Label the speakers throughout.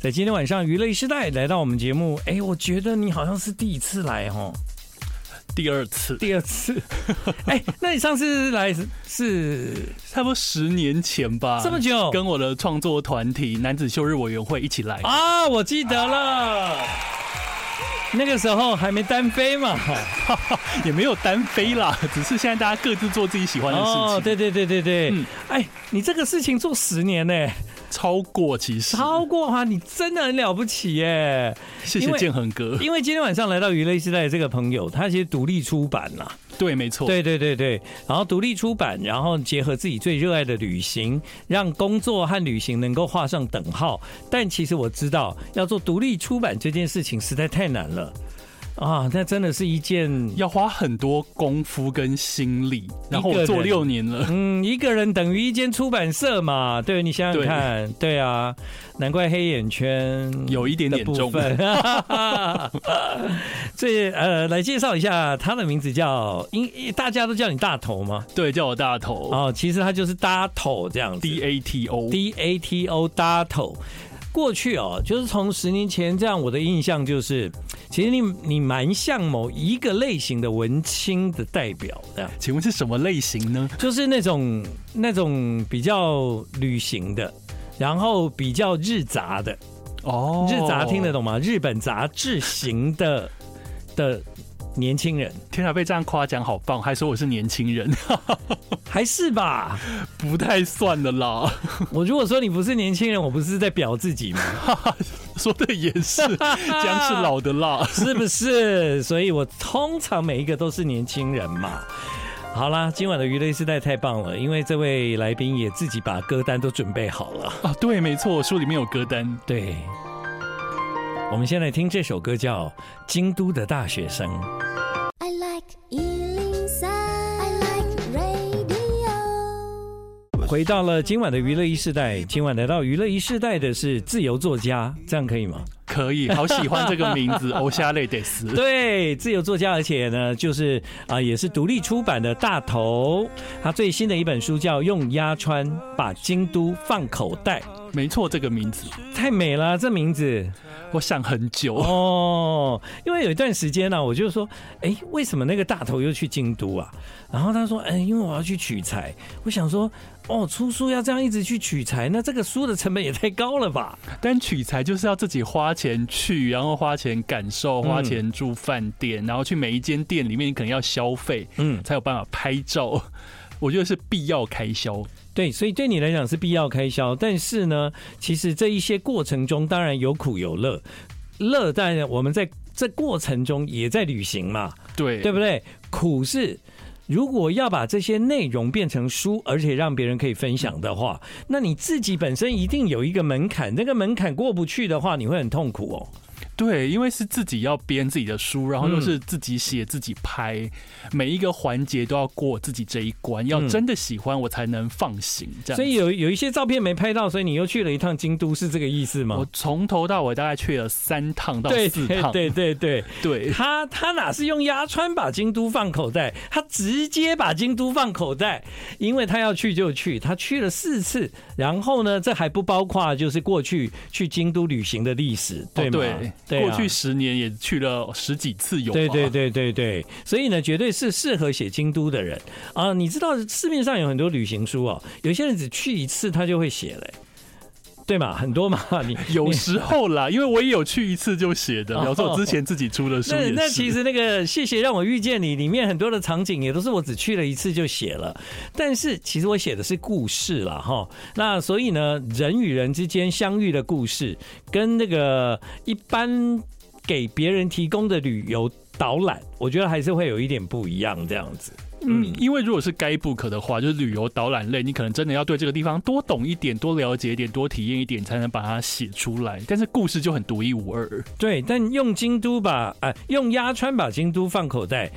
Speaker 1: 在今天晚上娱乐时代来到我们节目，哎，我觉得你好像是第一次来哦，
Speaker 2: 第二次，
Speaker 1: 第二 次。哎，那你上次来是是
Speaker 2: 差不多十年前吧，
Speaker 1: 这么久
Speaker 2: 啊跟我的创作团体男子休日委员会一起来。
Speaker 1: 啊，我记得了。那个时候还没单飞嘛，
Speaker 2: 也没有单飞啦， 只是现在大家各自做自己喜欢的事情。
Speaker 1: 哦，对对对对对，
Speaker 2: 嗯
Speaker 1: 哎，你这个事情做十年 呢、
Speaker 2: 超过其实，
Speaker 1: 超过啊，你真的很了不起耶！
Speaker 2: 谢
Speaker 1: 因
Speaker 2: 谢
Speaker 1: 为
Speaker 2: 建恒哥。
Speaker 1: 因为今天晚上来到娱乐时代的这个朋友，他其实独立出版啊啦，
Speaker 2: 对，没错，
Speaker 1: 对对对对，然后独立出版，然后结合自己最热爱的旅行，让工作和旅行能够画上等号。但其实我知道，要做独立出版这件事情实在太难了啊！那真的是一件
Speaker 2: 要花很多功夫跟心力。然后
Speaker 1: 一个
Speaker 2: 我
Speaker 1: 人
Speaker 2: 做六年了，
Speaker 1: 嗯，一个人等于一间出版社嘛，对你想想看，对啊，难怪黑眼圈
Speaker 2: 有一点
Speaker 1: 的
Speaker 2: 点
Speaker 1: 部
Speaker 2: 重。
Speaker 1: 分。 这呃，来介绍一下，他的名字叫，因大家都叫你大头嘛，
Speaker 2: 对，叫我大头、
Speaker 1: 哦，其实他就是大头这样子
Speaker 2: d A T O。
Speaker 1: D A T O 大头。过去哦，就是从十年前这样，我的印象就是，其实你你蛮像某一个类型的文青的代表这样。
Speaker 2: 请问是什么类型呢？
Speaker 1: 就是那种那种比较旅行的，然后比较日杂的，
Speaker 2: 哦，
Speaker 1: 日杂听得。懂吗？日本杂志型的的年轻人，
Speaker 2: 天啊，被这样夸奖好棒，还说我是年轻人，
Speaker 1: 还是吧？
Speaker 2: 不太算的啦。
Speaker 1: 我如果说你不是年轻人，我不是在表自己吗？
Speaker 2: 说的也是， 姜是老的辣。
Speaker 1: 是不是？所以我通常每一个都是年轻人嘛。好啦，今晚的娱乐时代太棒了，因为这位来宾也自己把歌单都准备好了。
Speaker 2: 啊，对，没错，书里面有歌单。
Speaker 1: 对，我们先来听这首歌叫《京都的大学生》。
Speaker 3: I like Ealing Sound. I like radio.
Speaker 1: 回到了今晚的娱乐一世代，今晚来到娱乐一世代的是自由作家，这样可以吗？
Speaker 2: 可以，好喜欢这个名 字，欧夏类得斯。
Speaker 1: 对，自由作家，而且呢，就是啊、也是独立出版的大头，他最新的一本书叫《用鸭川把京都放口袋
Speaker 2: 没错，这个名字，》，
Speaker 1: 太美了，这名字
Speaker 2: 我想很久。
Speaker 1: 哦。因为有一段时间呢、我就说，哎，为什么那个大头又去京都啊？然后他说，哎，因为我要去取材。我想说，哦，出书要这样一直去取材，那这个书的成本也太高了吧？
Speaker 2: 但取材就是要自己花钱去，然后花钱感
Speaker 1: 嗯
Speaker 2: 受，花钱住饭店，然后去每一间店里面，你可能要消费，
Speaker 1: 嗯。
Speaker 2: 才有办法拍照。 我觉得是必要开销。
Speaker 1: 对，所以对你来讲是必要开销，但是呢，其实这一些过程中当然有苦有乐，乐当然我们在这过程中也在旅行嘛，
Speaker 2: 对，
Speaker 1: 对不对？苦是如果要把这些内容变成书，而且让别人可以分享的话，
Speaker 2: 嗯
Speaker 1: 那你自己本身一定有一个门槛，那个门槛过不去的话，你会很痛苦哦。
Speaker 2: 对，因为是自己要编自己的书，然后
Speaker 1: 嗯
Speaker 2: 又是自己写、自己拍，每一个环节都要过自己这一关，要
Speaker 1: 嗯
Speaker 2: 真的喜欢我才能放行。这样子，
Speaker 1: 所以有有一些照片没拍到，所以你又去了一趟京都，是这个意思吗
Speaker 2: 我？从头到尾大概去了三趟到
Speaker 1: 对
Speaker 2: 四
Speaker 1: 对
Speaker 2: 趟，
Speaker 1: 对对对。
Speaker 2: 对
Speaker 1: 他他哪是用压穿把京都放口袋，他直接把京都放口袋，因为他要去就去，他去了四次，然后呢，这还不包括就是过去去京都旅行的历史，对
Speaker 2: 哦
Speaker 1: 吗？对啊
Speaker 2: 过去啊十年也去了十几次有吧，
Speaker 1: 对对对对对，所以呢，绝对是适合写京都的人啊！你知道市面上有很多旅行书哦，有些人只去一次他就会写嘞，对嘛？很多嘛，你
Speaker 2: 有时候啦，因为我也有去一次就写 的，比方说我之前自己出的书也
Speaker 1: 那
Speaker 2: 是。
Speaker 1: 那其实那个谢谢让我遇见你，里面很多的场景也都是我只去了一次就写了，但是其实我写的是故事啦，哈。那所以呢，人与人之间相遇的故事，跟那个一般给别人提供的旅游导览，我觉得还是会有一点不一样这样子。
Speaker 2: 嗯，因为如果是该 book 的话，就是旅游导览类，你可能真的要对这个地方多懂一点、多了解一点、多体验一点，才能把它写出来。但是故事就很独一无二。
Speaker 1: 对，但用京都把哎、用鸭川把京都放口袋，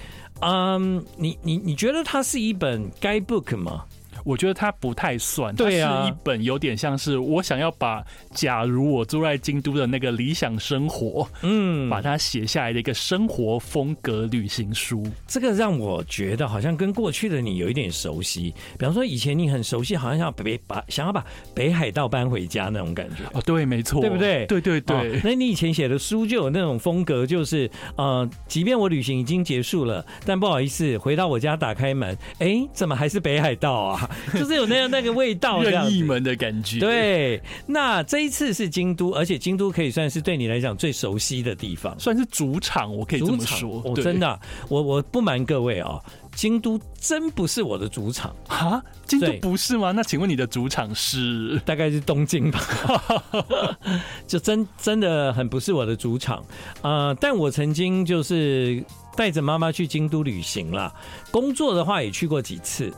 Speaker 1: 嗯，你你你觉得它是一本该 book 吗？
Speaker 2: 我觉得它不太算，它
Speaker 1: 对
Speaker 2: 是
Speaker 1: 啊
Speaker 2: 一本有点像是我想要把假如我住在京都的那个理想生活，
Speaker 1: 嗯，
Speaker 2: 把它写下来的一个生活风格旅行书。
Speaker 1: 这个让我觉得好像跟过去的你有一点熟悉。比方说以前你很熟悉，好像要北把想要把北海道搬回家那种感觉。
Speaker 2: 哦，对，没错，
Speaker 1: 对不对
Speaker 2: 对对对
Speaker 1: 哦，那你以前写的书就有那种风格，就是呃，即便我旅行已经结束了，但不好意思，回到我家打开门，哎，怎么还是北海道 啊？就是有那样那个味道，这样
Speaker 2: 任
Speaker 1: 子
Speaker 2: 意。门的感觉。，
Speaker 1: 哦对，那这一次是京都，而且京都可以算是对你来讲最熟悉的地方。
Speaker 2: 算是主场，我可以这
Speaker 1: 主
Speaker 2: 么
Speaker 1: 场，
Speaker 2: 说。
Speaker 1: 我、
Speaker 2: 对
Speaker 1: 真的啊、我我不瞒各位哦，京都真不是我的主场，
Speaker 2: 啊，京都
Speaker 1: 对
Speaker 2: 不是吗？那请问你的主场是？
Speaker 1: 大概是东京吧， 就真真的很不是我的主场啊、呃但我曾经就是带着妈妈去京都旅行啦，工作的话也去过几次，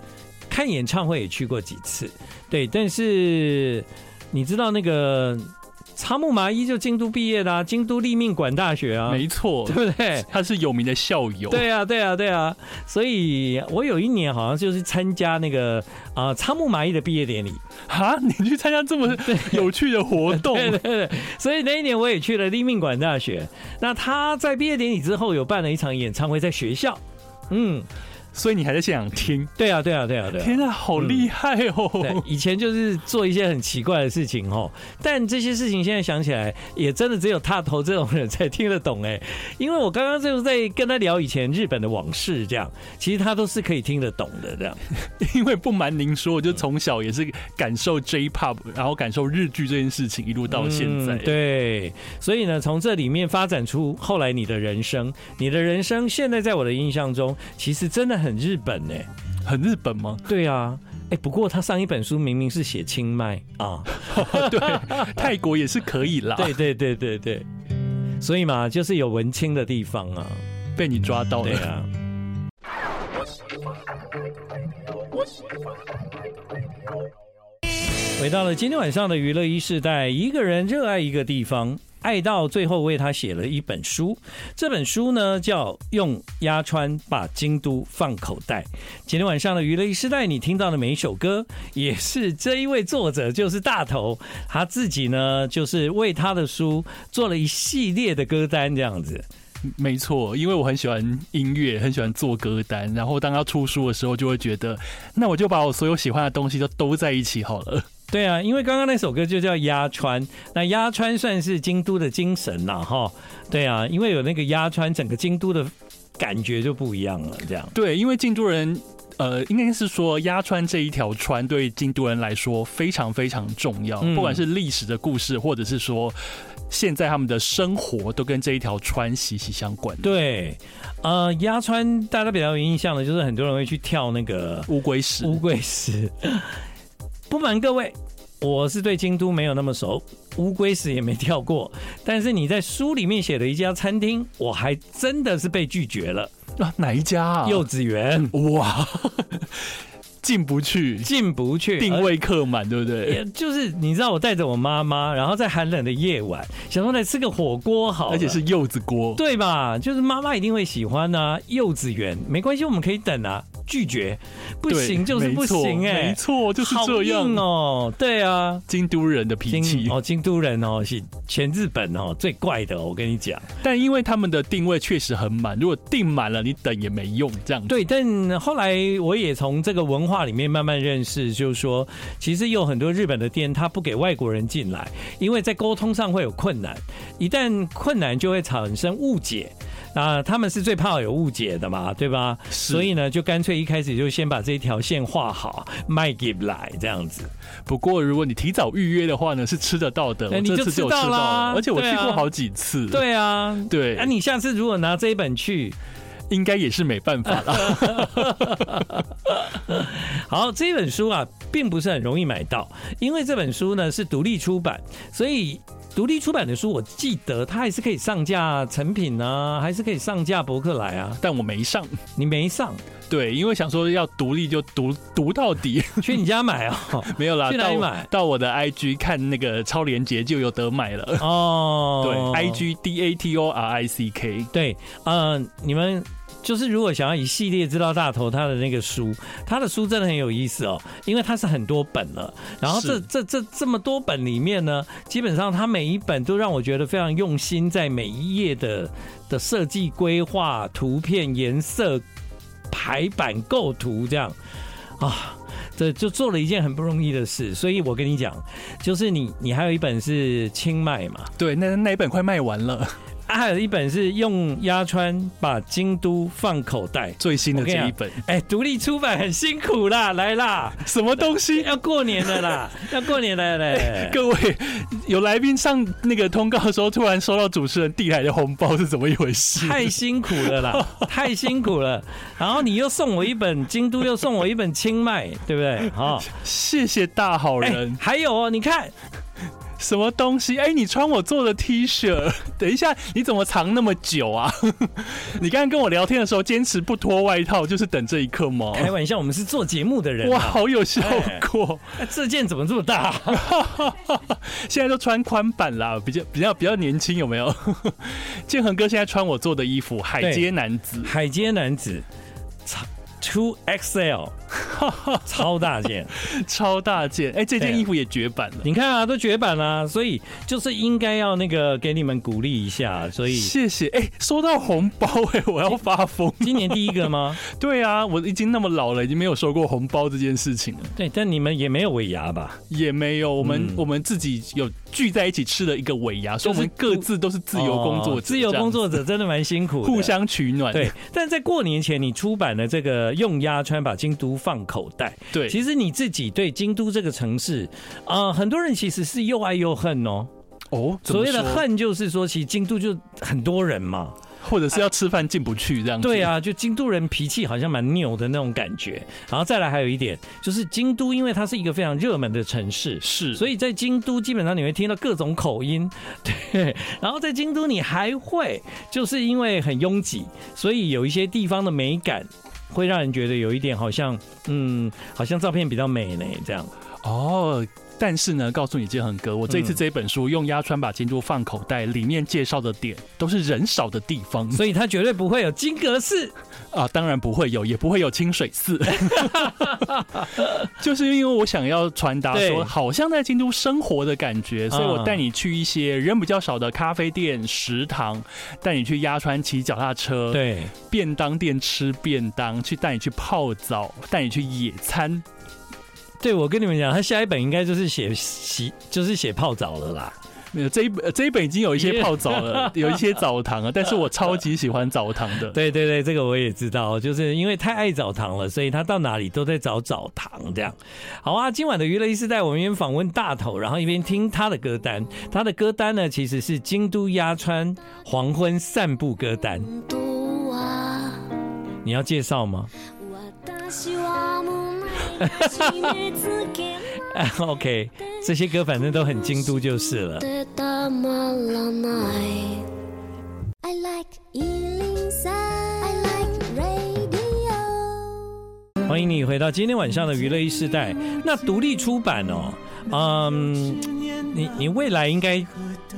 Speaker 1: 看演唱会也去过几次，对。但是你知道那个仓木麻衣就京都毕业的、啊，京都立命馆大学啊，
Speaker 2: 没错
Speaker 1: 对，不对？
Speaker 2: 他是有名的校友。
Speaker 1: 对啊，对啊，对啊，所以我有一年好像就是参加那个啊仓、木麻衣的毕业典礼，
Speaker 2: 啊，你去参加这么有趣的活 动，
Speaker 1: 对对对，所以那一年我也去了立命馆大学。那他在毕业典礼之后有办了一场演唱会，在学校。嗯，
Speaker 2: 所以你还在现场听。
Speaker 1: 对啊，对啊，对啊， 对啊。
Speaker 2: 天啊，好厉害
Speaker 1: 对
Speaker 2: 哦，！
Speaker 1: 以前就是做一些很奇怪的事情哦，但这些事情现在想起来，也真的只有踏头这种人才听得懂哎。因为我刚刚就是在跟他聊以前日本的往事，这样其实他都是可以听得懂的这样。
Speaker 2: 因为不瞒您说，我就从小也是感受 J-pop，然后感受日剧这件事情，一路到现在。
Speaker 1: 嗯对，所以呢，从这里面发展出后来你的人生，你的人生现在在我的印象中，其实真的很日本呢、
Speaker 2: 很日本吗？
Speaker 1: 对啊，哎、不过他上一本书明明是写清迈啊，
Speaker 2: 对，泰国也是可以啦。
Speaker 1: 对对对对对，所以嘛，就是有文青的地方啊，
Speaker 2: 被你抓到
Speaker 1: 对
Speaker 2: 了。
Speaker 1: 啊。回到了今天晚上的娱乐一世代，一个人热爱一个地方，爱到最后为他写了一本书。这本书呢叫《用压川把京都放口袋》。今天晚上的娱乐一世代，你听到的每一首歌，也是这一位作者就是大头，他自己呢就是为他的书做了一系列的歌单，这样子。
Speaker 2: 没错，因为我很喜欢音乐，很喜欢做歌单，然后当要出书的时候，就会觉得，那我就把我所有喜欢的东西都兜在一起好了。
Speaker 1: 对啊，因为刚刚那首歌就叫《鸭川》，那鸭川算是京都的精神啦，哈。对啊，因为有那个鸭川，整个京都的感觉就不一样了，这样。
Speaker 2: 对，因为京都人。呃，应该是说鸭川这一条川对京都人来说非常非常重要，
Speaker 1: 嗯
Speaker 2: 不管是历史的故事，或者是说现在他们的生活，都跟这一条川息息相关。
Speaker 1: 对，呃，鸭川大家比较有印象的就是很多人会去跳那个
Speaker 2: 乌龟石，
Speaker 1: 乌龟石。不瞒各位，我是对京都没有那么熟，乌龟石也没跳过。但是你在书里面写的一家餐厅，我还真的是被拒绝了，
Speaker 2: 啊，哪一家、啊？
Speaker 1: 幼稚园
Speaker 2: 哇， 进不去，
Speaker 1: 进不去，
Speaker 2: 定位客满，对不对？
Speaker 1: 也就是你知道，我带着我妈妈，然后在寒冷的夜晚，想说来吃个火锅好了，
Speaker 2: 而且是柚子锅，
Speaker 1: 对吧？就是妈妈一定会喜欢啊。柚子园没关系，我们可以等啊。拒绝不
Speaker 2: 对
Speaker 1: 行就是不行哎、
Speaker 2: 没错，没错就是
Speaker 1: 好
Speaker 2: 这样
Speaker 1: 硬。哦。对啊，
Speaker 2: 京都人的脾气
Speaker 1: 京，哦，京都人哦是全日本哦最怪的哦、我跟你讲。
Speaker 2: 但因为他们的定位确实很满，如果定满了，你等也没用，这样子。
Speaker 1: 对，但后来我也从这个文化里面慢慢认识，就是说，其实有很多日本的店，它不给外国人进来，因为在沟通上会有困难，一旦困难就会产生误解。啊，他们是最怕有误解的嘛，对吧？
Speaker 2: 是
Speaker 1: 所以呢，就干脆一开始就先把这一条线画好，卖给来这样子。
Speaker 2: 不过如果你提早预约的话呢，是吃得到的。
Speaker 1: 哎
Speaker 2: 我
Speaker 1: 你就
Speaker 2: 这次就有
Speaker 1: 吃到
Speaker 2: 吃到
Speaker 1: 啦
Speaker 2: 了，而且我
Speaker 1: 对
Speaker 2: 去
Speaker 1: 啊
Speaker 2: 过好几次。
Speaker 1: 对啊，
Speaker 2: 对
Speaker 1: 那、你下次如果拿这一本去，
Speaker 2: 应该也是没办 法了。
Speaker 1: 好，这本书啊，并不是很容易买到，因为这本书呢是独立出版，所以独立出版的书，我记得它还是可以上架成品啊，还是可以上架博客来啊。
Speaker 2: 但我没上，
Speaker 1: 你没上，
Speaker 2: 对，因为想说要独立就独独到底，
Speaker 1: 去你家买哦。
Speaker 2: 没有啦。
Speaker 1: 去哪
Speaker 2: 到
Speaker 1: 里
Speaker 2: 我
Speaker 1: 买
Speaker 2: 到我的 IG 看那个超连结就有得买了。
Speaker 1: 哦，
Speaker 2: 对，IG D A T O R I C K，
Speaker 1: 呃对，嗯、你们。就是如果想要一系列知道大头他的那个书，他的书真的很有意思哦，因为它是很多本了。然后这
Speaker 2: 是
Speaker 1: 这这这么多本里面呢，基本上它每一本都让我觉得非常用心，在每一页的的设计规划、图片、颜色、排版、构图这样啊。这就做了一件很不容易的事，所以我跟你讲，就是你你还有一本是清迈嘛，
Speaker 2: 对，那那一本快卖完了，
Speaker 1: 啊，还有一本是用压川把京都放口袋。
Speaker 2: 最新的
Speaker 1: 我跟你
Speaker 2: 这
Speaker 1: 讲
Speaker 2: 一本，
Speaker 1: 哎，独立出版很辛苦啦，来啦，
Speaker 2: 什么 东西？
Speaker 1: 要过年了 啦，要过年了嘞。
Speaker 2: 各位有来宾上那个通告的时候，突然收到主持人递来的红包，是怎么一回事？
Speaker 1: 太辛苦了 啦，太辛苦了。然后你又送我一本京都，又送我一本清迈，对不 对？好、哦，
Speaker 2: 谢谢大好
Speaker 1: 哎、
Speaker 2: 人，
Speaker 1: 还有哦，你看，
Speaker 2: 什么东西？哎、你穿我做的 T 恤，等一下，你怎么藏那么久啊？ 你刚刚跟我聊天的时候，坚持不脱外套，就是等这一刻吗？
Speaker 1: 开玩笑，我们是做节目的人、
Speaker 2: 哦哇，
Speaker 1: 啊，
Speaker 2: 好有效果！
Speaker 1: 哇，这件怎么这么 大、
Speaker 2: 现在都穿宽版啦，比较比较比较年轻，有没有？ 建恒哥现在穿我做的衣服，海街 男子，
Speaker 1: 海街男子，超 Two XL，超大件。
Speaker 2: 超大件。哎、这
Speaker 1: 对啊
Speaker 2: 件衣服也绝版了。
Speaker 1: 你看啊，都绝版啦、所以就是应该要那个给你们鼓励一下。所以
Speaker 2: 谢谢，哎、收到红包哎、我要发疯。
Speaker 1: 今年第一个吗？
Speaker 2: 对啊，我已经那么老了，已经没有收过红包这件事情了，
Speaker 1: 对，但你们也没有尾牙吧？
Speaker 2: 也没有。我们、
Speaker 1: 嗯
Speaker 2: 我们自己有聚在一起吃了一个尾牙，所以我们各自都是自由工作者、
Speaker 1: 哦自由工作者真的蛮辛苦
Speaker 2: 这
Speaker 1: 的，
Speaker 2: 样互相取暖。
Speaker 1: 对。但在过年前，你出版了这个《用鸭川把京都放口袋》，
Speaker 2: 对，
Speaker 1: 其实你自己对京都这个城市，啊，很多人其实是又爱又恨哦。
Speaker 2: 哦，怎
Speaker 1: 所
Speaker 2: 么
Speaker 1: 谓的
Speaker 2: 说，
Speaker 1: 恨就是说，其实京都就很多人嘛，
Speaker 2: 或者是要吃饭进不去这样子。
Speaker 1: 对，啊，就京都人脾气好像蛮拗的那种感觉。然后再来还有一点，就是京都，因为它是一个非常热门的城市。
Speaker 2: 是，
Speaker 1: 所
Speaker 2: 以
Speaker 1: 以在京都，基本上你会听到各种口音， 对。然后在京都，你还会就是因为很拥挤，所以有一些地方的美感会让人觉得有一点好像，嗯，好像照片比较美呢，这样。
Speaker 2: 哦。但是呢，告诉你建恒哥，我这次
Speaker 1: 嗯
Speaker 2: 这本书用压川把京都放口袋，里面介绍的点都是人少的地方
Speaker 1: 所以它绝对不会有金阁寺，
Speaker 2: 啊，当然不会有，也不会有清水 寺，就是因为我想要传达
Speaker 1: 对嗯
Speaker 2: 说，好像在京都生活的感觉，所以我带你去一些人比较少的咖啡店、食堂，带你去鸭川骑脚踏车，，
Speaker 1: 对，
Speaker 2: 便当店吃便当，去带你去泡澡，带你去野餐，
Speaker 1: 对我跟你们讲，他下一本应该就是写洗，就是写泡澡了啦。
Speaker 2: 没有这一本呃这一本已经有一些泡 澡了，有一些澡堂了，但是我超级喜欢澡堂 的。
Speaker 1: 对对对，这个我也知道，就是因为太爱澡堂了，所以他到哪里都在找澡堂这样。好啊，今晚的娱乐一时代，我们一边访问大头，然后一边听他的歌单。他的歌单呢，其实是京都鸭川黄昏散步歌单。
Speaker 3: 都は
Speaker 1: 你要介绍吗
Speaker 3: 私はもうない締め付け
Speaker 1: ？OK，这些歌反正都很京都就是了。
Speaker 3: てたまらない I like 103 I like radio
Speaker 1: 欢迎你回到今天晚上的娱乐一时代。那独立出版哦，嗯，你你未来应该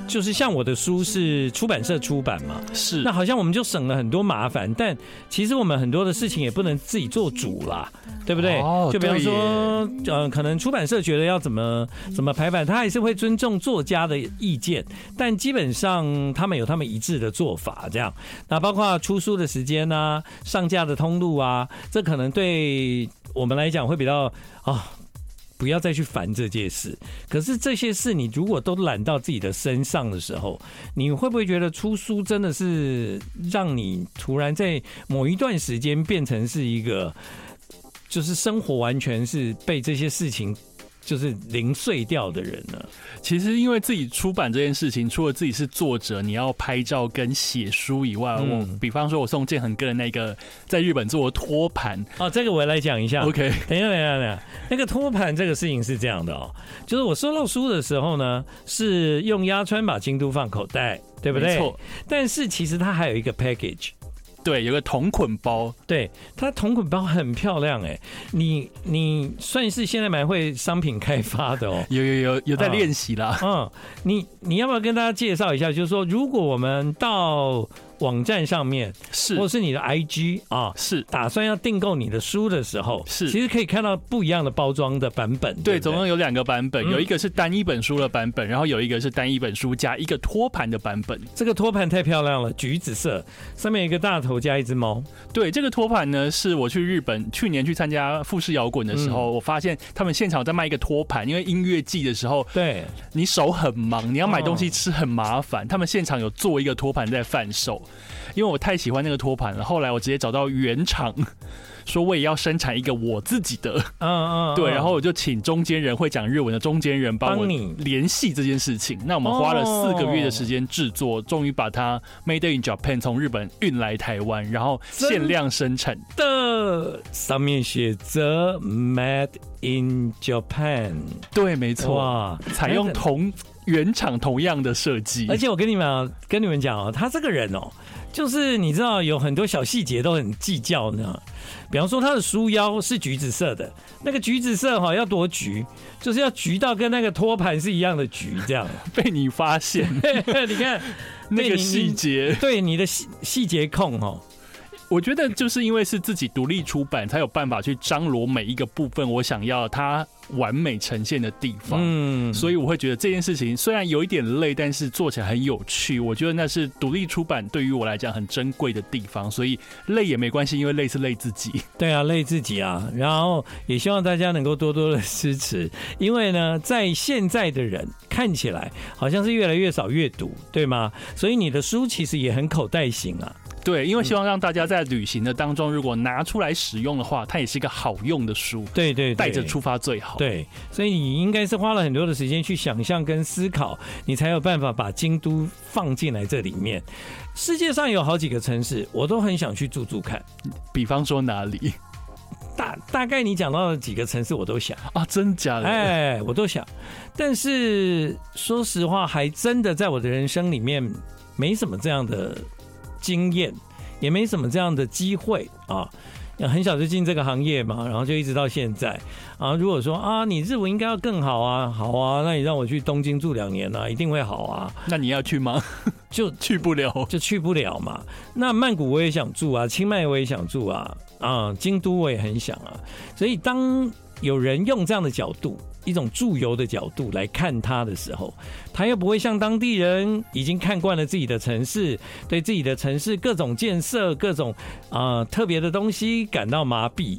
Speaker 1: 就是像我的书是出版社出版嘛，
Speaker 2: 是
Speaker 1: 那好像我们就省了很多麻烦，但其实我们很多的事情也不能自己做主啦，对不对？
Speaker 2: 哦
Speaker 1: 就比方
Speaker 2: 对耶
Speaker 1: 说，呃，可能出版社觉得要怎么怎么排版，他还是会尊重作家的意见，但基本上他们有他们一致的做法，这样。那包括出书的时间啊，上架的通路啊，这可能对我们来讲会比较啊。不要再去烦这件事。可是这些事，你如果都揽到自己的身上的时候，你会不会觉得出书真的是让你突然在某一段时间变成是一个，就是生活完全是被这些事情就是零碎掉的人 呢？
Speaker 2: 其实因为自己出版这件事情，除了自己是作者，你要拍照跟写书以外，
Speaker 1: 嗯
Speaker 2: 我比方说我送建恒哥的那个在日本做的托盘、
Speaker 1: 哦，这个我来讲一下。
Speaker 2: o k
Speaker 1: 等一下，等一下，等一下，那个托盘这个事情是这样的哦，就是我收到书的时候呢，是用压穿把京都放口袋，对
Speaker 2: 对
Speaker 1: 不对？
Speaker 2: 没错，
Speaker 1: 但是其实它还有一个 package，
Speaker 2: 对，有个同捆包，。
Speaker 1: 对，它同捆包很漂亮哎、你你算是现在蛮会商品开发的哦 嗯
Speaker 2: 有有有有在练习啦。
Speaker 1: 嗯，你你要不要跟大家介绍一下？就是说，如果我们到网站上面，
Speaker 2: 是
Speaker 1: 或是你的 IG 啊，
Speaker 2: 是，
Speaker 1: 打算要订购你的书的时候，
Speaker 2: 是
Speaker 1: 其实可以看到不一样的包装的版本。
Speaker 2: 对，
Speaker 1: 对，
Speaker 2: 总共。有两个版本，
Speaker 1: 嗯
Speaker 2: 有一个是单一本书的版本，然后有一个是单一本书加一个托盘的版本。
Speaker 1: 这个托盘太漂亮了，橘紫色，上面有一个大头加一只猫。
Speaker 2: 对，这个托盘呢，是我去日本去年去参加富士摇滚的时
Speaker 1: 嗯
Speaker 2: 候，我发现他们现场在卖一个托盘，因为音乐季的时候
Speaker 1: 对，
Speaker 2: 你手很忙，你要买
Speaker 1: 哦
Speaker 2: 东西吃很麻烦，他们现场有做一个托盘在贩售，因为我太喜欢那个托盘了，后来我直接找到原厂。说我也要生产一个我自己的，
Speaker 1: 嗯嗯，嗯
Speaker 2: 对，然后我就请中间人会讲日文的中间人帮我
Speaker 1: 帮你
Speaker 2: 联系这件事情。那我们花了四个月的时间制作，终于把它 Made in Japan 从日本运来台湾，然后限量生产。
Speaker 1: 的上面写着 “Made in Japan”，
Speaker 2: 对，没错，
Speaker 1: 哇，
Speaker 2: 采用同原厂同样的设计，
Speaker 1: 而且我跟你们啊跟你们讲哦，他这个人哦，就是你知道有很多小细节都很计较呢。比方说他的书腰是橘子色的，那个橘子色哈、哦要多橘，就是要橘到跟那个托盘是一样的橘这样。
Speaker 2: 被你发 现
Speaker 1: 你看
Speaker 2: 那个细，节。
Speaker 1: 对你对你的细细节控哦，
Speaker 2: 我觉得就是因为是自己独立出版，才有办法去张罗每一个部分我想要它完美呈现的地方。
Speaker 1: 嗯，
Speaker 2: 所以我会觉得这件事情虽然有一点累，但是做起来很有趣。我觉得那是独立出版对于我来讲很珍贵的地方，所以累也没关系，因为累是累自己。
Speaker 1: 对啊，累自己啊，然后也希望大家能够多多的支持，因为呢，在现在的人看起来好像是越来越少阅读，对吗？所以你的书其实也很口袋型啊，
Speaker 2: 对，因为希望让大家在旅行的当中，如果拿出来使用的话，它也是一个好用的书，
Speaker 1: 对对对
Speaker 2: 带着出发最好。，
Speaker 1: 对，所以你应该是花了很多的时间去想象跟思考，你才有办法把京都放进来这里面。世界上有好几个城市，我都很想去住住看。
Speaker 2: 比方说哪里
Speaker 1: 大大概你讲到的几个城市，我都想。
Speaker 2: 啊？真假的？
Speaker 1: 哎，我都想，但是说实话，还真的在我的人生里面没什么这样的经验，也没什么这样的机会啊。很小就进这个行业嘛，然后就一直到现在啊。如果说啊，你日文应该要更好啊，好啊，那你让我去东京住两年啊，一定会好啊。
Speaker 2: 那你要去吗？
Speaker 1: 就
Speaker 2: 去不了。
Speaker 1: 就去不了嘛。那曼谷我也想住啊，清迈我也想住啊，啊、京都我也很想啊。所以当有人用这样的角度，一种驻游的角度来看他的时候，他又不会像当地人已经看惯了自己的城市，对自己的城市各种建设、各种啊、呃特别的东西感到麻痹，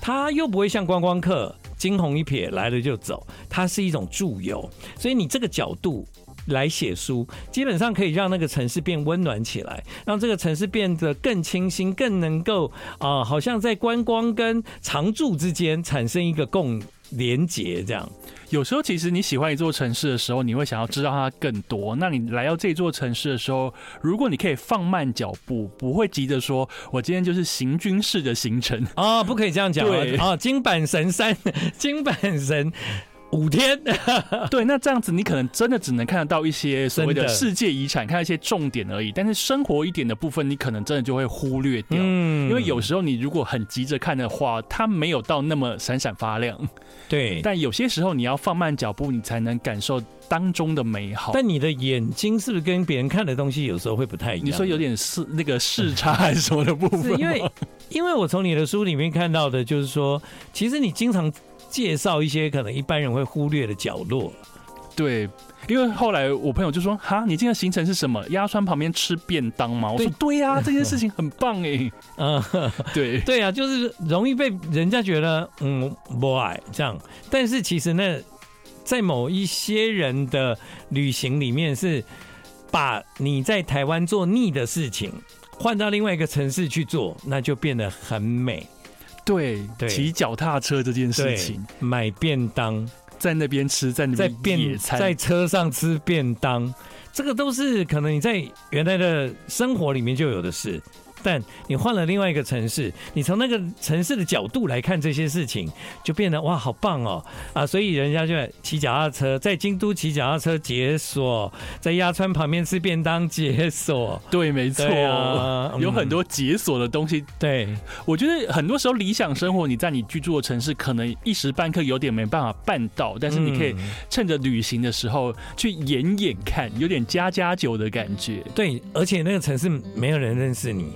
Speaker 1: 他又不会像观光客。惊鸿一瞥，来了就走，它是一种驻游，所以你这个角度来写书，基本上可以让那个城市变温暖起来，让这个城市变得更清新，更能够啊、好像在观光跟常住之间产生一个共连结，这样
Speaker 2: 有时候其实你喜欢一座城市的时候，你会想要知道它更多。那你来到这座城市的时候，如果你可以放慢脚步，不会急着说“我今天就是行军式的行程
Speaker 1: 啊、不可以这样讲
Speaker 2: 对
Speaker 1: 啊！啊，金板神山， 金板神五天，”，
Speaker 2: 对，那这样子你可能真的只能看得到一些所谓
Speaker 1: 真的
Speaker 2: 的世界遗产，看到一些重点而已。但是生活一点的部分，你可能真的就会忽略掉。
Speaker 1: 嗯
Speaker 2: 因为有时候你如果很急着看的话，它没有到那么闪闪发亮。
Speaker 1: 对，
Speaker 2: 但有些时候你要放慢脚步，你才能感受当中的美好。
Speaker 1: 但你的眼睛是不是跟别人看的东西有时候会不太一样？
Speaker 2: 你说有点视那个视差还是什么的部分
Speaker 1: 是
Speaker 2: 吗？
Speaker 1: 因为因为我从你的书里面看到的，就是说，其实你经常介绍一些可能一般人会忽略的角落，
Speaker 2: 对，因为后来我朋友就说：“哈，你今天的行程是什么？鸭川旁边吃便当吗？”我说
Speaker 1: 对：“
Speaker 2: 对呀、这 件事情很棒哎。
Speaker 1: 嗯，，
Speaker 2: 对
Speaker 1: 对啊，就是容易被人家觉得嗯不爱这样，但是其实呢，在某一些人的旅行里面是把你在台湾做腻的事情。换到另外一个城市去做，那就变得很美。
Speaker 2: 对
Speaker 1: 对
Speaker 2: 骑脚踏车这件事
Speaker 1: 对
Speaker 2: 情，
Speaker 1: 买便当，
Speaker 2: 在那边吃，在那
Speaker 1: 在
Speaker 2: 边野
Speaker 1: 便在
Speaker 2: 餐，
Speaker 1: 车上吃便当，这个都是可能你在原来的生活里面就有的事。但你换了另外一个城市，你从那个城市的角度来看这些事情，就变得哇，好棒哦啊！所以人家就骑脚踏车，在京都骑脚踏车解锁，在鸭川旁边吃便当解锁，
Speaker 2: 对，没错
Speaker 1: 对啊，嗯
Speaker 2: 有很多解锁的东西。
Speaker 1: 对
Speaker 2: 我觉得很多时候理想生活，你在你居住的城市可能一时半刻有点没办法办到，但是你
Speaker 1: 嗯
Speaker 2: 可以趁着旅行的时候去演演看，有点家家酒的感觉。
Speaker 1: 对，而且那个城市没有人认识你。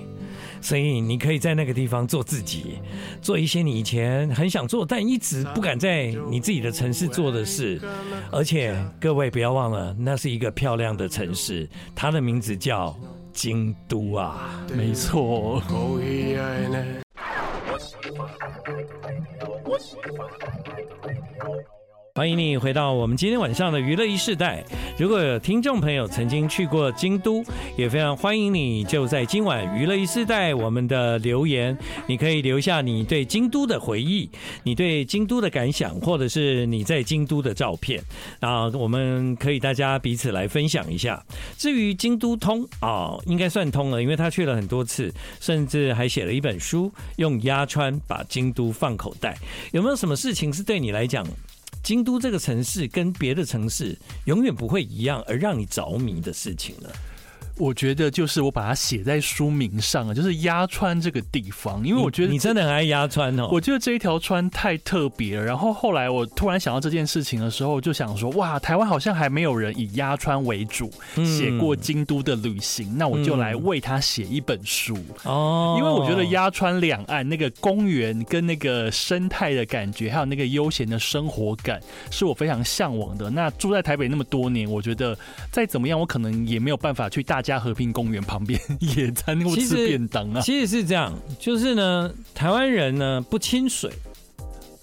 Speaker 1: 所以你可以在那个地方做自己，做一些你以前很想做但一直不敢在你自己的城市做的事。而且各位不要忘了，那是一个漂亮的城市，它的名字叫京都啊。
Speaker 2: 没错，
Speaker 4: 冇喜爱呢。
Speaker 1: 欢迎你回到我们今天晚上的娱乐一世代。如果有听众朋友曾经去过京都，也非常欢迎你就在今晚娱乐一世代我们的留言，你可以留下你对京都的回忆，你对京都的感想，或者是你在京都的照片啊，我们可以大家彼此来分享一下。至于京都通啊、应该算通了，因为他去了很多次，甚至还写了一本书，用鸭川把京都放口袋。有没有什么事情是对你来讲？京都这个城市跟别的城市永远不会一样，而让你着迷的事情呢？
Speaker 2: 我觉得就是我把它写在书名上了，就是鸭川这个地方，因为我觉得
Speaker 1: 你真的很爱鸭川哦。
Speaker 2: 我觉得这一条川太特别了。然后后来我突然想到这件事情的时候，就想说，哇，台湾好像还没有人以鸭川为主
Speaker 1: 嗯
Speaker 2: 写过京都的旅行，那我就来为他写一本书。
Speaker 1: 哦
Speaker 2: 因为我觉得鸭川两岸那个公园跟那个生态的感觉，还有那个悠闲的生活感，是我非常向往的。那住在台北那么多年，我觉得再怎么样，我可能也没有办法去大家和平公园旁边野餐或
Speaker 1: 其实
Speaker 2: 吃便当啊，
Speaker 1: 其实是这样，就是呢，台湾人呢不亲水，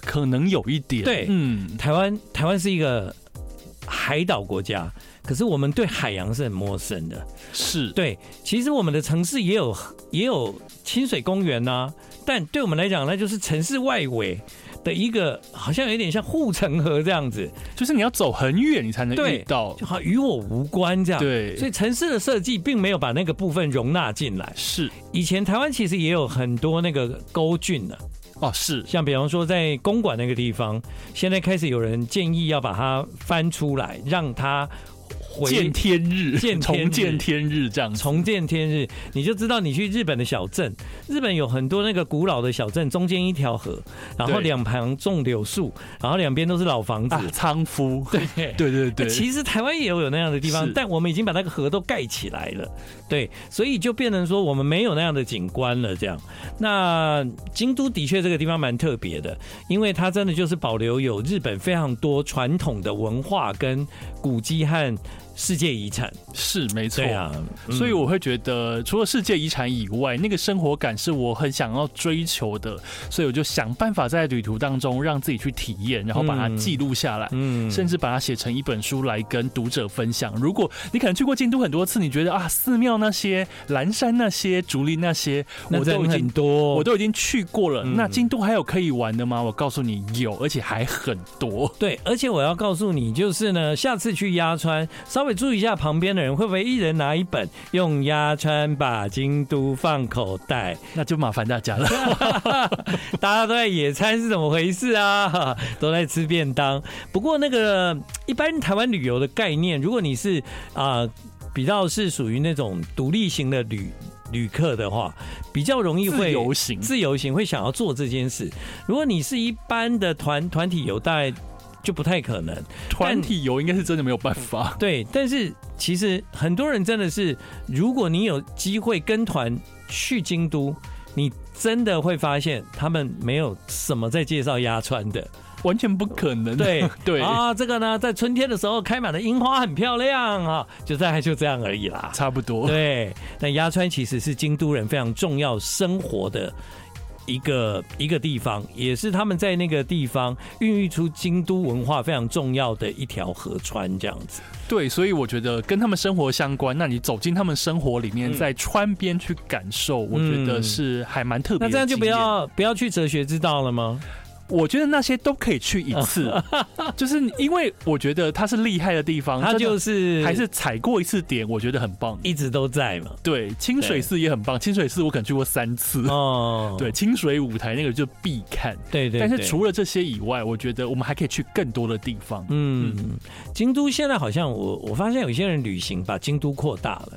Speaker 2: 可能有一点。
Speaker 1: 对
Speaker 2: 嗯，
Speaker 1: 台湾台湾是一个海岛国家，可是我们对海洋是很陌生的。
Speaker 2: 是。
Speaker 1: 对，其实我们的城市也有也有清水公园呐、但对我们来讲，那就是城市外围的一个，好像有点像护城河这样子。
Speaker 2: 就是你要走很远，你才能
Speaker 1: 对
Speaker 2: 遇到
Speaker 1: 就。好像与我无关这样。
Speaker 2: 对哦
Speaker 1: 所以城市的设计并没有把那个部分容纳进来。
Speaker 2: 是
Speaker 1: 以前台湾其实也有很多那个沟郡的、
Speaker 2: 哦，是
Speaker 1: 像比方说在公馆那个地方，现在开始有人建议要把它翻出来，让它回
Speaker 2: 见天日，
Speaker 1: 见天日
Speaker 2: 重见天日这样子。
Speaker 1: 重见天日，你就知道你去日本的小镇，日本有很多那个古老的小镇，中间一条河，然后
Speaker 2: 对
Speaker 1: 两旁种柳树，然后两边都是老房子。
Speaker 2: 啊，仓夫，对 对对对，
Speaker 1: 其实台湾也有那样的地方
Speaker 2: 是，
Speaker 1: 但我们已经把那个河都盖起来了，对，所以就变成说我们没有那样的景观了。这样，那京都的确这个地方蛮特别的，因为它真的就是保留有日本非常多传统的文化跟古迹和世界遗产。
Speaker 2: 是没错
Speaker 1: 对。啊，嗯
Speaker 2: 所以我会觉得，除了世界遗产以外，那个生活感是我很想要追求的，所以我就想办法在旅途当中让自己去体验，然后把它
Speaker 1: 嗯
Speaker 2: 记录下来。
Speaker 1: 嗯
Speaker 2: 甚至把它写成一本书来跟读者分享。如果你可能去过京都很多次，你觉得啊，寺庙那些、蓝山那些、竹林那些，
Speaker 1: 那
Speaker 2: 我都
Speaker 1: 真
Speaker 2: 已
Speaker 1: 很
Speaker 2: 经
Speaker 1: 多，
Speaker 2: 我都已经去过了。
Speaker 1: 嗯
Speaker 2: 那京都还有可以玩的吗？我告诉你有，而且还很多。
Speaker 1: 对，而且我要告诉你，就是呢，下次去鸭川，稍微注意一下旁边的人会不会一人拿一本，用鸭川把京都放口袋。
Speaker 2: 那就麻烦大家了。
Speaker 1: 大家都在野餐是怎么回事啊？ 哈都在吃便当。不过那个一般台湾旅游的概念，如果你是啊、比较是属于那种独立型的旅旅客的话，比较容易会
Speaker 2: 自由行
Speaker 1: 自由行会想要做这件事。如果你是一般的团团体游，大概就不太可能。
Speaker 2: 团体游应该是真的没有办法。
Speaker 1: 对，但是其实很多人真的是，如果你有机会跟团去京都，你真的会发现他们没有什么在介绍鸭川的。
Speaker 2: 完全不可能。
Speaker 1: 对
Speaker 2: 对，
Speaker 1: 啊，这个呢，在春天的时候开满了樱花，很漂亮啊，就大概就这样而已啦。
Speaker 2: 差不多。
Speaker 1: 对，但鸭川其实是京都人非常重要生活的。一个一个地方，也是他们在那个地方孕育出京都文化非常重要的一条河川，这样子。
Speaker 2: 对，所以我觉得跟他们生活相关，那你走进他们生活里面，
Speaker 1: 嗯
Speaker 2: 在川边去感受，我觉得
Speaker 1: 嗯
Speaker 2: 是还蛮特别
Speaker 1: 那
Speaker 2: 的经验。
Speaker 1: 这样就不要不要去哲学之道了吗？
Speaker 2: 我觉得那些都可以去一 次，就是因为我觉得它是厉害的地方，
Speaker 1: 他
Speaker 2: 哦真的
Speaker 1: 就是
Speaker 2: 还是踩过一次点，我觉得很棒。
Speaker 1: 一直都在 嘛。
Speaker 2: 对，清水寺也很棒，清水寺我可能去过三次。
Speaker 1: 哦，
Speaker 2: 对，清水舞台那个就必看。
Speaker 1: 对对，
Speaker 2: 但是
Speaker 1: 对
Speaker 2: 除了这些以外，我觉得我们还可以去更多的地方。
Speaker 1: 嗯，京都现在好像我我发现有些人旅行把京都扩大了，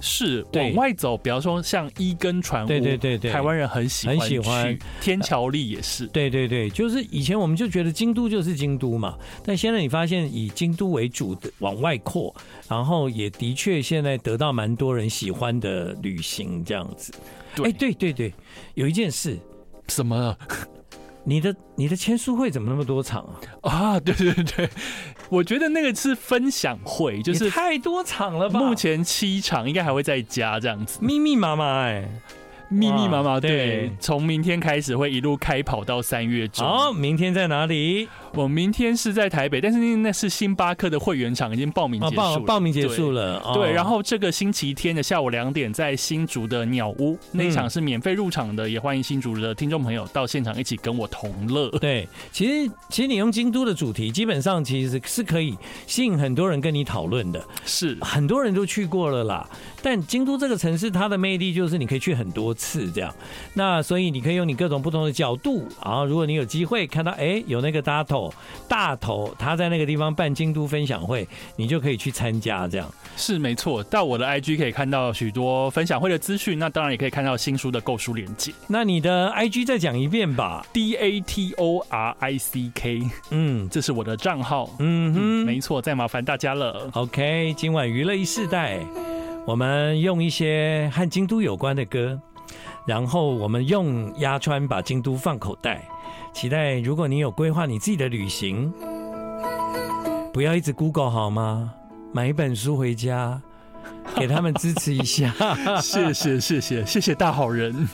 Speaker 2: 是
Speaker 1: 对
Speaker 2: 往外走，比方说像伊根船屋，
Speaker 1: 对对对对
Speaker 2: 哦台湾人很喜欢
Speaker 1: 很喜欢
Speaker 2: 去天桥立也是。
Speaker 1: 对对对，就是以前我们就觉得京都就是京都嘛，但现在你发现以京都为主的往外扩，然后也的确现在得到蛮多人喜欢的旅行这样子。
Speaker 2: 对
Speaker 1: 哎，对对对，有一件事，
Speaker 2: 什么
Speaker 1: 你的你的签书会怎么那么多场啊？
Speaker 2: 啊？ 对对对，我觉得那个是分享会，就
Speaker 1: 也
Speaker 2: 是
Speaker 1: 太多场了吧？
Speaker 2: 目前七场，应该还会再加这样子，
Speaker 1: 密密麻麻哎、
Speaker 2: 密密麻麻。
Speaker 1: 对
Speaker 2: 对，从明天开始会一路开跑到三月中。
Speaker 1: 好，明天在哪里？
Speaker 2: 我明天是在台北，但是那是星巴克的会员场，已经报名
Speaker 1: 啊，
Speaker 2: 结束了。
Speaker 1: 报报名结
Speaker 2: 对
Speaker 1: 束了。哦
Speaker 2: 对，然后这个星期天的下午两点，在新竹的鸟屋那一场是免费入场的，也欢迎新竹的听众朋友到现场一起跟我同乐。
Speaker 1: 对，其实其实你用京都的主题，基本上其实是可以吸引很多人跟你讨论的，
Speaker 2: 是，
Speaker 1: 很多人都去过了啦。但京都这个城市，它的魅力就是你可以去很多次这样。那所以你可以用你各种不同的角度，然后如果你有机会看到，哎，有那个大头大头他在那个地方办京都分享会，你就可以去参加这样。
Speaker 2: 是没错。到我的 IG 可以看到许多分享会的资讯，那当然也可以看到新书的购书链接
Speaker 1: 那你的 IG 再讲一遍吧。
Speaker 2: ，D A T O R I C K，
Speaker 1: 嗯
Speaker 2: 这是我的账号。
Speaker 1: 嗯
Speaker 2: 嗯，
Speaker 1: 哼，
Speaker 2: 没错，再麻烦大家 了。
Speaker 1: OK，今晚娱乐一世代，我们用一些和京都有关的歌，然后我们用压川把京都放口袋。期待如果你有规划你自己的旅行，不要一直 Google 好吗？买一本书回家，给他们支持一下。
Speaker 2: 谢谢谢谢谢谢大好人。